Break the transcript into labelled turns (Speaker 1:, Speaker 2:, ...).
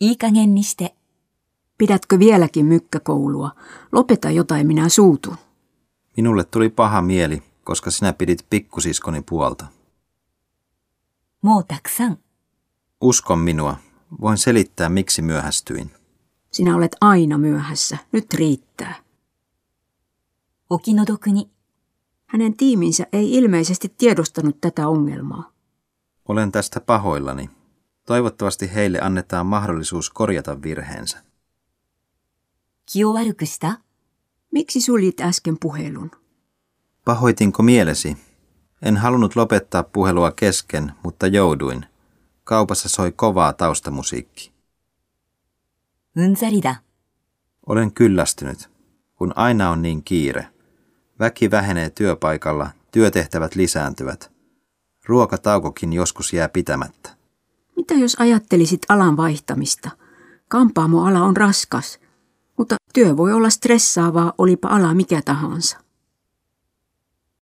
Speaker 1: いい加減にして。
Speaker 2: Pidätkö vieläkin mykkäkoulua? Lopeta jotain, minä suutun.
Speaker 3: Minulle tuli paha mieli, koska sinä pidit pikkusiskoni puolta.
Speaker 1: もうたくさん。
Speaker 3: Usko minua. Voin selittää, miksi myöhästyin.
Speaker 2: Sinä olet aina myöhässä. Nyt riittää.
Speaker 1: お気の毒に。
Speaker 2: Hänen tiiminsä ei ilmeisesti tiedostanut tätä ongelmaa.
Speaker 3: Olen tästä pahoillani. Toivottavasti heille annetaan mahdollisuus korjata virheensä.
Speaker 1: 気を悪くした
Speaker 2: Miksi suljit äsken puhelun?
Speaker 3: Pahoitinko mielesi? En halunnut lopettaa puhelua kesken, mutta jouduin. Kaupassa soi kovaa taustamusiikki.
Speaker 1: うんざりだ。
Speaker 3: Olen kyllästynyt, kun aina on niin kiire. Väki vähenee työpaikalla, työtehtävät lisääntyvät. Ruokataukokin joskus jää pitämättä.
Speaker 2: Mitä jos ajattelisit alan vaihtamista? Kampaamoala on raskas, mutta työ voi olla stressaavaa, olipa ala mikä tahansa.